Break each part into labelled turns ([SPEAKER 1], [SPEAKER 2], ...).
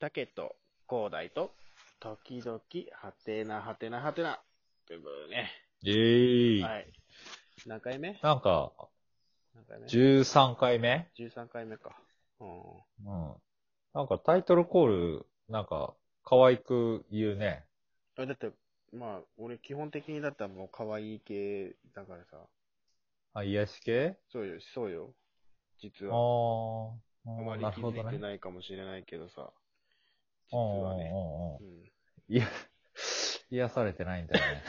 [SPEAKER 1] 竹と広大と、時々、はてなはてなはてな。ということでね。
[SPEAKER 2] ええ
[SPEAKER 1] はい。何回目
[SPEAKER 2] なんか、
[SPEAKER 1] 何回目
[SPEAKER 2] 13回目
[SPEAKER 1] ?13 回目か。うん。
[SPEAKER 2] うん。なんかタイトルコール、なんか、可愛く言うね。
[SPEAKER 1] あだって、まあ、俺基本的にだったらもう可愛い系だからさ。
[SPEAKER 2] あ、癒し系
[SPEAKER 1] そうよ、そうよ。実
[SPEAKER 2] あ
[SPEAKER 1] は。
[SPEAKER 2] ーあ
[SPEAKER 1] あま
[SPEAKER 2] ー、
[SPEAKER 1] り
[SPEAKER 2] な
[SPEAKER 1] 気
[SPEAKER 2] るほ
[SPEAKER 1] づ
[SPEAKER 2] ど
[SPEAKER 1] いて
[SPEAKER 2] ね。
[SPEAKER 1] ないかもしれないけどさ。実
[SPEAKER 2] うんうん
[SPEAKER 1] はね。
[SPEAKER 2] うんうん
[SPEAKER 1] うん。
[SPEAKER 2] いや、 癒されてないんだよね。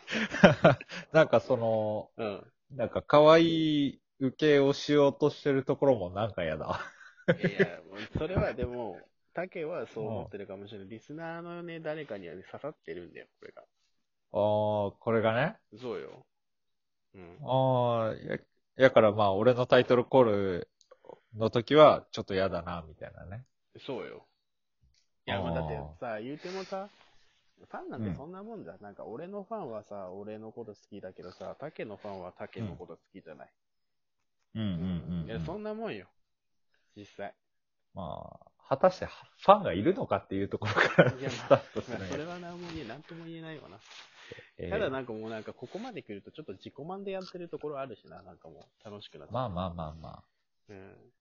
[SPEAKER 2] なんかその、
[SPEAKER 1] うん。
[SPEAKER 2] なんか可愛い受けをしようとしてるところもなんか嫌だ。
[SPEAKER 1] いや、もうそれはでも、竹はそう思ってるかもしれない。リスナーのね、誰かにはね、刺さってるんだよ、これが。
[SPEAKER 2] ああ、これがね。
[SPEAKER 1] そうよ。うん。
[SPEAKER 2] ああ、や、やからまあ、俺のタイトルコールの時は、ちょっと嫌だな、みたいなね。
[SPEAKER 1] そうよ。いや、
[SPEAKER 2] あー
[SPEAKER 1] まあだってさ、言うてもさ、ファンなん
[SPEAKER 2] う
[SPEAKER 1] て
[SPEAKER 2] ん
[SPEAKER 1] そんなもんだ。なんか、俺のファンはさ、俺のこと好きだけどさ、竹のファンは竹のこと好きじゃない。
[SPEAKER 2] うんうんうん、
[SPEAKER 1] いや、そんなもんよ。実際。
[SPEAKER 2] まあ、果たしてファンがいるのかっていうところから
[SPEAKER 1] いや
[SPEAKER 2] スタートす
[SPEAKER 1] まあ
[SPEAKER 2] るね
[SPEAKER 1] それは何も言え、なんとも言えないわな。
[SPEAKER 2] えー
[SPEAKER 1] ただなんかもうなんか、ここまで来るとちょっと自己満でやってるところあるしな、なんかもう、楽しくなって。
[SPEAKER 2] まあまあまあまあ。
[SPEAKER 1] うん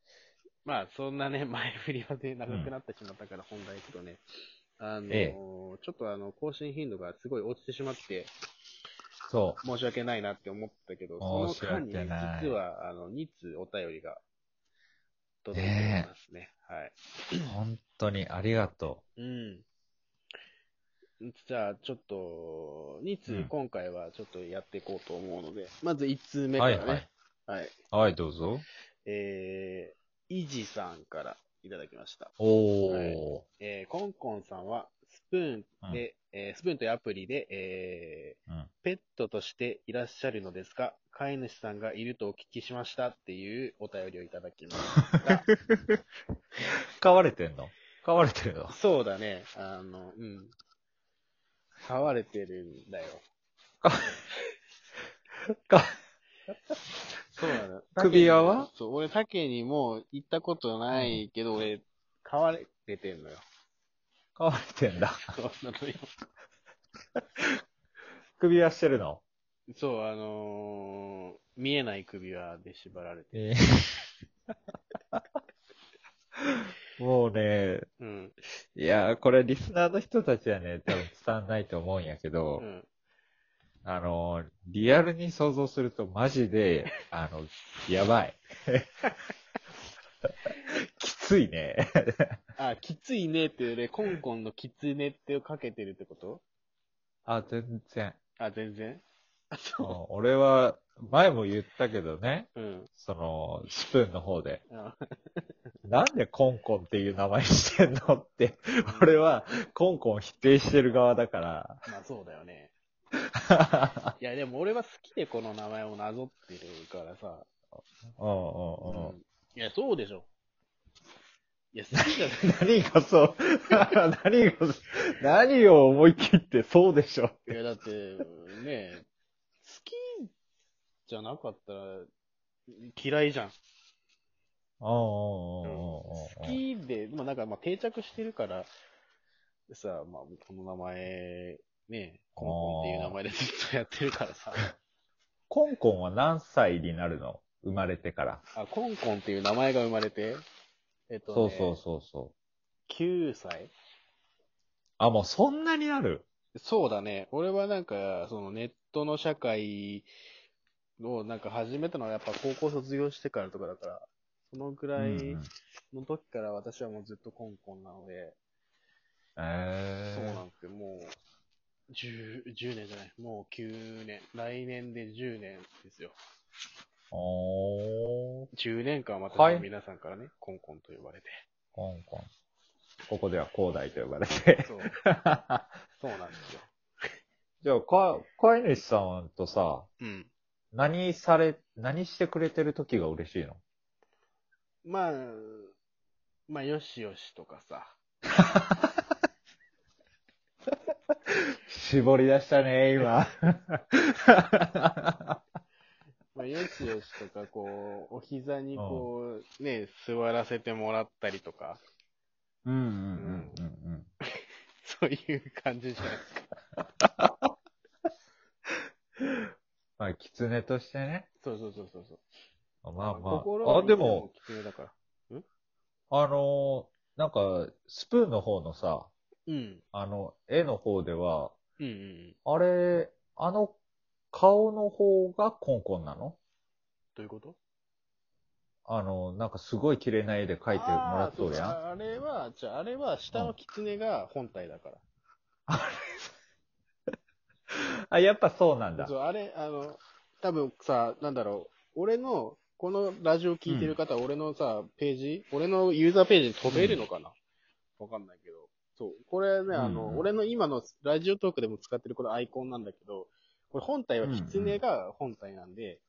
[SPEAKER 1] まあ、そんなね、 前振りはね、長くなってしまったから本題行くとね、あのー
[SPEAKER 2] ええ
[SPEAKER 1] ちょっとあの、更新頻度がすごい落ちてしまって、
[SPEAKER 2] そ
[SPEAKER 1] 申し訳ないなって思ったけど、
[SPEAKER 2] 申
[SPEAKER 1] その
[SPEAKER 2] し
[SPEAKER 1] 間
[SPEAKER 2] 訳
[SPEAKER 1] にね、
[SPEAKER 2] ない
[SPEAKER 1] 実は、あの、2通お便りが届いておりますね。はい。
[SPEAKER 2] う。本当にありがと
[SPEAKER 1] うん。じゃあ、ちょっと、2
[SPEAKER 2] う
[SPEAKER 1] 通
[SPEAKER 2] ん
[SPEAKER 1] 今回はちょっとやっていこうと思うので、まず1通
[SPEAKER 2] う。
[SPEAKER 1] 目か
[SPEAKER 2] は
[SPEAKER 1] ら
[SPEAKER 2] い
[SPEAKER 1] ね、
[SPEAKER 2] はい。
[SPEAKER 1] はい。
[SPEAKER 2] はい、どうぞ。
[SPEAKER 1] えー、イジさんからいただきました。
[SPEAKER 2] おー。
[SPEAKER 1] はいえーコンコンさんは、スプーンで、えースプーンというアプリで、え
[SPEAKER 2] うん
[SPEAKER 1] ーペットとしていらっしゃるのですが、飼い主さんがいるとお聞きしましたっていうお便りをいただきま した。
[SPEAKER 2] 飼われてんの飼われてるの
[SPEAKER 1] そうだね、あの、うん。飼われてるんだよ。
[SPEAKER 2] か
[SPEAKER 1] そうだね。
[SPEAKER 2] 首輪は
[SPEAKER 1] そう、俺、竹にも行ったことないけど、俺、飼われてんのよ。
[SPEAKER 2] 飼われてんだ。
[SPEAKER 1] そうなのよ。
[SPEAKER 2] 首輪してるの
[SPEAKER 1] そう、あのー見えない首輪で縛られて。
[SPEAKER 2] えー もうね、
[SPEAKER 1] うん。
[SPEAKER 2] いやー、これリスナーの人たちはね、多分伝わんないと思うんやけ
[SPEAKER 1] う
[SPEAKER 2] ど、
[SPEAKER 1] ん。
[SPEAKER 2] あのー、リアルに想像するとマ ジで、あの、やばい。 きついね。
[SPEAKER 1] あ、きついねっていうね、コンコンのきついねってをかけてるってこと
[SPEAKER 2] あ、全然。
[SPEAKER 1] あ、全然。あ、そ
[SPEAKER 2] もう俺は、前も言ったけどね、
[SPEAKER 1] う。うん。
[SPEAKER 2] その、スプーンの方で、
[SPEAKER 1] あ
[SPEAKER 2] なんでコンコンっていう名前してんのって、俺はコンコン否定してる側だから。
[SPEAKER 1] まあそうだよね。いや、でも俺は好きでこの名前をなぞってるからさ。う
[SPEAKER 2] うんうんうん。
[SPEAKER 1] ん。いや、そうでしょ。いや、好きじゃない。
[SPEAKER 2] 何がそう、何が、何を思い切ってそうでしょって
[SPEAKER 1] いや、だって、ね好きじゃなかったら嫌いじゃん。
[SPEAKER 2] お
[SPEAKER 1] うん好きで、まあなんかまあ定着してるから、さ、まあこの名前、ね、コンコンっていう名前でずっとやってるからさ。
[SPEAKER 2] コンコンは何歳になるの生まれてから。
[SPEAKER 1] あ、コンコンっていう名前が生まれて、えっと、ね、
[SPEAKER 2] そうそうそうそう。
[SPEAKER 1] 9歳
[SPEAKER 2] あ、もうそんなになる
[SPEAKER 1] そうだね。俺はなんか、そのネットの社会をなんか始めたのはやっぱ高校卒業してからとかだから、そのぐらい
[SPEAKER 2] うんうん
[SPEAKER 1] の時から私はもうずっとコンコンなので、そう
[SPEAKER 2] え
[SPEAKER 1] なんですよ。もう、10、10年じゃない。もう9年。来年で10年ですよ。
[SPEAKER 2] ー、おー
[SPEAKER 1] 10年間ま
[SPEAKER 2] は
[SPEAKER 1] た
[SPEAKER 2] い
[SPEAKER 1] 皆さんからね、コンコンと呼ばれて。
[SPEAKER 2] コンコン。ここでは広大と呼ばれて。
[SPEAKER 1] そう、
[SPEAKER 2] じゃ
[SPEAKER 1] そうなんですよ。
[SPEAKER 2] あ、か、飼い主さんとさ、
[SPEAKER 1] うん。
[SPEAKER 2] 何され、何してくれてる時が嬉しいの
[SPEAKER 1] まあ、まあ、よしよしとかさ。
[SPEAKER 2] 絞り出したね、今。
[SPEAKER 1] まあ、よしよしとか、こう、お膝にこう、ね、座らせてもらったりとか、
[SPEAKER 2] うんうんうんうんうん。
[SPEAKER 1] そういう感じじゃないですか。
[SPEAKER 2] まあ、狐としてね。
[SPEAKER 1] そうそうそうそうそう。
[SPEAKER 2] まあま
[SPEAKER 1] 心
[SPEAKER 2] あ。
[SPEAKER 1] は
[SPEAKER 2] あ、でも、、
[SPEAKER 1] 狐だから。
[SPEAKER 2] あのーなんか、スプーンの方のさ、
[SPEAKER 1] うん。
[SPEAKER 2] あの、絵の方では、
[SPEAKER 1] うんうんうん。
[SPEAKER 2] あれ、あの、顔の方がコンコンなの
[SPEAKER 1] どういうこと
[SPEAKER 2] あの、なんかすごい綺麗な絵で描いてもらっとるやん。
[SPEAKER 1] あーそうそうあれは、じゃあ、あれは下の狐が本体だから。
[SPEAKER 2] あ、やっぱそうなんだ
[SPEAKER 1] そう、。あれ、あの、多分さ、なんだろう、俺の、このラジオ聞いてる方、俺のさ、ページ、俺のユーザーページに飛べるのかなわ、かんないけど。そう、これね、あの、
[SPEAKER 2] うんうん
[SPEAKER 1] 俺の今のラジオトークでも使ってるこのアイコンなんだけど、これ本体は狐が本体なんで、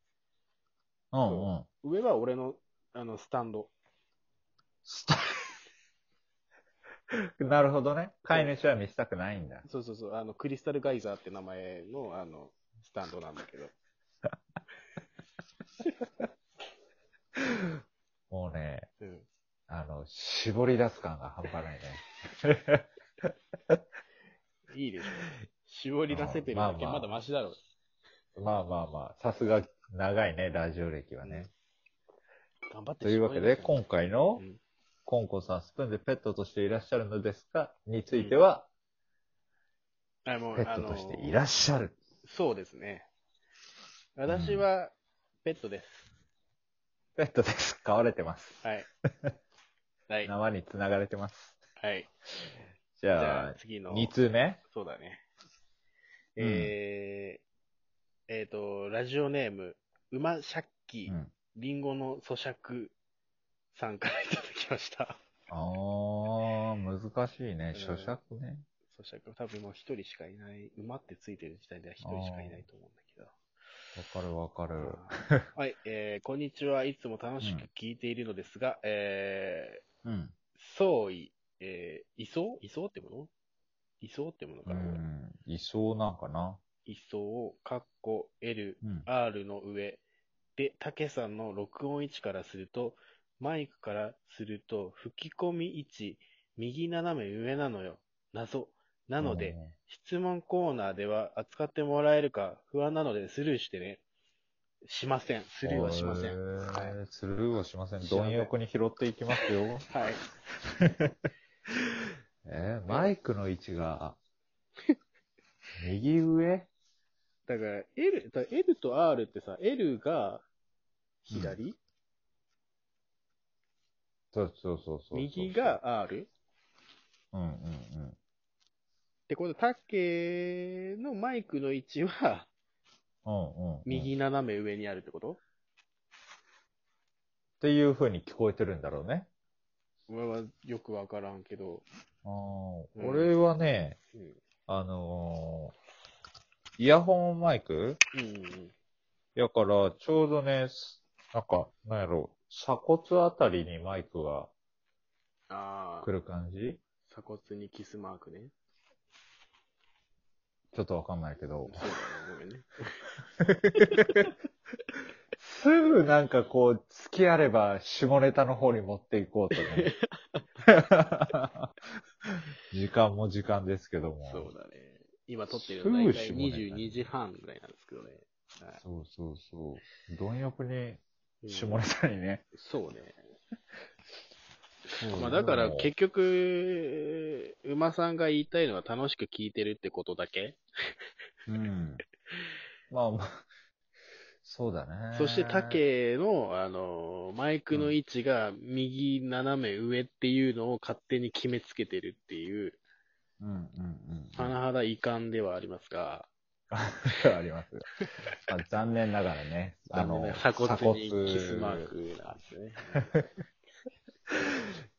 [SPEAKER 2] うんうん。
[SPEAKER 1] 上は俺の、あの、スタンド。
[SPEAKER 2] スタなるほどね。飼い主は見せたくないんだ。
[SPEAKER 1] そうそうそう、あの、クリスタルガイザーって名前の、あの、スタンドなんだけど。
[SPEAKER 2] もうね、
[SPEAKER 1] うん。
[SPEAKER 2] あの、絞り出す感が半 端ないね。
[SPEAKER 1] いいでしょ。絞り出せてるだけ、
[SPEAKER 2] まあまあ
[SPEAKER 1] まだマシだろう。
[SPEAKER 2] まあまあまあ、さすが長いね、ラジオ歴はね。
[SPEAKER 1] 頑張って
[SPEAKER 2] というわけで、今回の
[SPEAKER 1] うん
[SPEAKER 2] コンコさん、スプーンでペットとしていらっしゃるのですかについては、
[SPEAKER 1] あもう
[SPEAKER 2] ペットとしていらっしゃる。
[SPEAKER 1] そうですね。私は、ペットです。
[SPEAKER 2] ペットです。飼われてます。
[SPEAKER 1] はい。はい。
[SPEAKER 2] 縄に繋がれてます。
[SPEAKER 1] はい。
[SPEAKER 2] じ
[SPEAKER 1] じ
[SPEAKER 2] ゃ
[SPEAKER 1] ゃ
[SPEAKER 2] あ
[SPEAKER 1] あ、、次の。
[SPEAKER 2] 2通目。
[SPEAKER 1] そうだね。
[SPEAKER 2] うん
[SPEAKER 1] えー、えっ、と、ラジオネーム、馬シャッキ
[SPEAKER 2] う
[SPEAKER 1] ー、
[SPEAKER 2] ん。
[SPEAKER 1] リンゴの咀嚼さんからいただきました。
[SPEAKER 2] あー、難しいね。
[SPEAKER 1] うん
[SPEAKER 2] 咀嚼ね。
[SPEAKER 1] 咀嚼、多分もう一人しかいない、馬ってついてる時点では一人しかいないと思うんだけど。
[SPEAKER 2] わかるわかる。
[SPEAKER 1] はい、えー、こんにちは。いつも楽しく聞いているのですが、えー、
[SPEAKER 2] うん。
[SPEAKER 1] そうい、えー、いそういそうってものいそうってものか
[SPEAKER 2] う
[SPEAKER 1] な、これ
[SPEAKER 2] ん。いそうなんかな。
[SPEAKER 1] いそう、かっこ、L、
[SPEAKER 2] うん。
[SPEAKER 1] R の上。で、たけさんの録音位置からすると、マイクからすると、吹き込み位置、右斜め上なのよ。謎。なので、
[SPEAKER 2] うん、
[SPEAKER 1] 質問コーナーでは扱ってもらえるか不安なのでスルーしてね。しません。スルーはしません。
[SPEAKER 2] えー
[SPEAKER 1] は
[SPEAKER 2] スルーはしません。
[SPEAKER 1] しません
[SPEAKER 2] 貪欲に拾っていきます よ。
[SPEAKER 1] はい。
[SPEAKER 2] えーマイクの位 置が、右上
[SPEAKER 1] だから、L、だから L と R ってさ、L が左、
[SPEAKER 2] そうそうそうそう。
[SPEAKER 1] 右。が R?
[SPEAKER 2] うんうんうん。
[SPEAKER 1] ってこと、タケのマイクの位置は、
[SPEAKER 2] うんうん。っ
[SPEAKER 1] 右斜め上にあるってこと、
[SPEAKER 2] ていう風に聞こえてるんだろうね。
[SPEAKER 1] 俺はよくわからんけど。
[SPEAKER 2] あー
[SPEAKER 1] うん
[SPEAKER 2] 俺はね、
[SPEAKER 1] うん。
[SPEAKER 2] あのーイヤホンマイク
[SPEAKER 1] うんうんうん。
[SPEAKER 2] やから、ちょうどね、すなんか、なんやろ、鎖骨あたりにマイクが
[SPEAKER 1] あ
[SPEAKER 2] 来
[SPEAKER 1] あ。
[SPEAKER 2] る感じ
[SPEAKER 1] 鎖骨にキスマークね。
[SPEAKER 2] ちょっとわかんないけど
[SPEAKER 1] そう。だね、ごめんね。
[SPEAKER 2] すぐなんかこう、付きあれば下ネタの方に持っていこうとね。 時間も時間ですけども。
[SPEAKER 1] そうだね。今撮ってるの大体
[SPEAKER 2] すぐ下ネタ
[SPEAKER 1] 22時半ぐらいなんですけどね。はい
[SPEAKER 2] そうそうそう。貪欲に
[SPEAKER 1] うん
[SPEAKER 2] 下ネタにね。
[SPEAKER 1] そうね。まあだから結局、馬さんが言いたいのは楽しく聞いてるってことだけ
[SPEAKER 2] うん。 まあまあ、そうだね。
[SPEAKER 1] そして、タケの、あの、マイクの位置が右斜め上っていうのを勝手に決めつけてるっていう、
[SPEAKER 2] うんうんうん。
[SPEAKER 1] 甚だ遺憾ではありますが、
[SPEAKER 2] ありますよ。まあ、残念ながらね。あ
[SPEAKER 1] 残
[SPEAKER 2] の
[SPEAKER 1] 念なが、ら鎖骨に
[SPEAKER 2] 鎖
[SPEAKER 1] キスマークなんですね。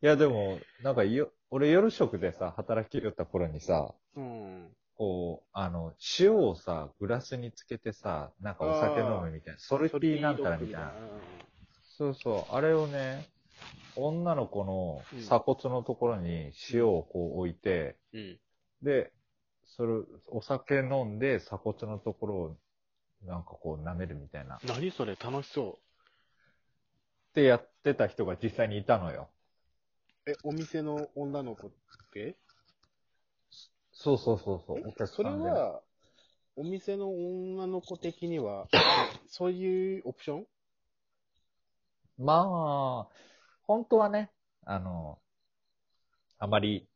[SPEAKER 2] いや、でも、なんかよ、俺夜食でさ、働きよった頃にさ、
[SPEAKER 1] うん。
[SPEAKER 2] こう、あの、塩をさ、グラスにつけてさ、なんかお酒飲むみたいな、ソルティーなんたらみたいな。そうそう、あれをね、女の子の
[SPEAKER 1] うん
[SPEAKER 2] 鎖骨のところに塩をこう置いて、
[SPEAKER 1] うん。
[SPEAKER 2] で、それ、お酒飲んで鎖骨のところを、なんかこう舐めるみたいな。っ
[SPEAKER 1] 何それ楽しそ
[SPEAKER 2] てやってた人が実際にいたのよ。
[SPEAKER 1] う。え、お店の女の子って
[SPEAKER 2] そうそうそうそう。お
[SPEAKER 1] え
[SPEAKER 2] 客さ
[SPEAKER 1] そ
[SPEAKER 2] んで
[SPEAKER 1] れは、お店の女の子的に は、そういうオプション
[SPEAKER 2] まあ、本当はね、あの、あまり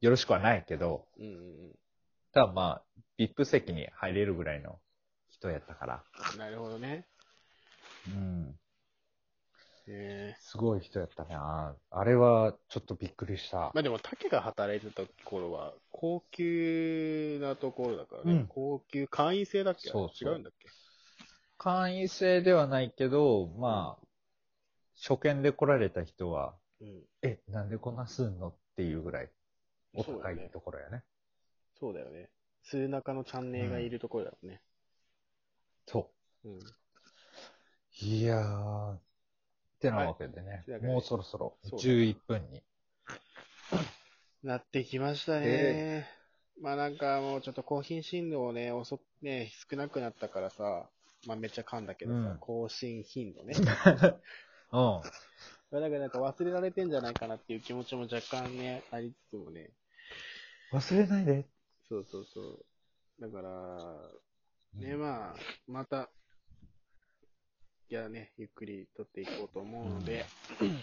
[SPEAKER 2] よろしくはないけど、
[SPEAKER 1] うんうん
[SPEAKER 2] ただまあ、VIP 席に入れるぐらいの人やったから。
[SPEAKER 1] うん。なるほどね。
[SPEAKER 2] うん。
[SPEAKER 1] ええ
[SPEAKER 2] すごい人やったね。ああれはちょっとびっくりした
[SPEAKER 1] ま。あでも、竹が働いてた頃は、高級なところだからね。
[SPEAKER 2] うん
[SPEAKER 1] 高級、会員制だっけ
[SPEAKER 2] そうそう
[SPEAKER 1] 違うんだっけ
[SPEAKER 2] 会員制ではないけど、まあ、初見で来られた人は、
[SPEAKER 1] うん。
[SPEAKER 2] え、なんでこんなすんのっていうぐらい、お
[SPEAKER 1] そう
[SPEAKER 2] 高
[SPEAKER 1] だよ
[SPEAKER 2] い
[SPEAKER 1] ね。
[SPEAKER 2] ところやね。
[SPEAKER 1] そうだよね。数中のチャンネルがいるところだよね。
[SPEAKER 2] そ
[SPEAKER 1] うん。
[SPEAKER 2] う。いやー、ってなわけでね、
[SPEAKER 1] はい
[SPEAKER 2] もうそろそろ
[SPEAKER 1] そうだね
[SPEAKER 2] 11分に。
[SPEAKER 1] なってきましたね
[SPEAKER 2] え。
[SPEAKER 1] まあなんかもうちょっと高品頻度をね、遅くね、少なくなったからさ、まあめっちゃ噛んだけどさ、
[SPEAKER 2] うん
[SPEAKER 1] 更新頻度ね。
[SPEAKER 2] うん。
[SPEAKER 1] まあだからなんか忘れられてんじゃないかなっていう気持ちも若干ね、ありつつもね。
[SPEAKER 2] 忘れないで。
[SPEAKER 1] そうそうそう。だから、ね、まあ、また、いやね、ゆっくり撮っていこうと思うので、
[SPEAKER 2] うん、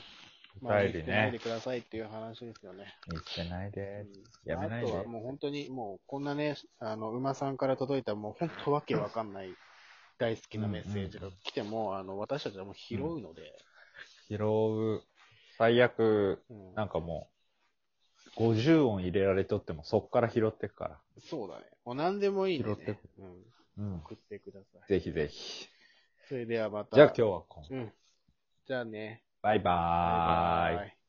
[SPEAKER 1] まあ、
[SPEAKER 2] お
[SPEAKER 1] 見
[SPEAKER 2] 便
[SPEAKER 1] 捨
[SPEAKER 2] り
[SPEAKER 1] てないで
[SPEAKER 2] ね。
[SPEAKER 1] くださいっていう話ですよね。
[SPEAKER 2] 見つけないで。
[SPEAKER 1] うん
[SPEAKER 2] やめないで
[SPEAKER 1] あとはもう本当に、もうこんなね、あの、馬さんから届いた、もう本当わけわかんない大好きなメッセージが来ても、あの、私たちはもう拾うので、
[SPEAKER 2] 拾う。最悪、
[SPEAKER 1] うん
[SPEAKER 2] なんかもう、50音入れられとっても、そっから拾ってくから。
[SPEAKER 1] そうだね。もう何でもいいので、
[SPEAKER 2] 拾っ
[SPEAKER 1] ね
[SPEAKER 2] て、
[SPEAKER 1] うん、
[SPEAKER 2] うん。
[SPEAKER 1] 送ってください。
[SPEAKER 2] ぜひぜひ。
[SPEAKER 1] それではまた。
[SPEAKER 2] じゃあ今日はこん、
[SPEAKER 1] 日。うん。じゃあね。
[SPEAKER 2] バイバーイ。
[SPEAKER 1] イ。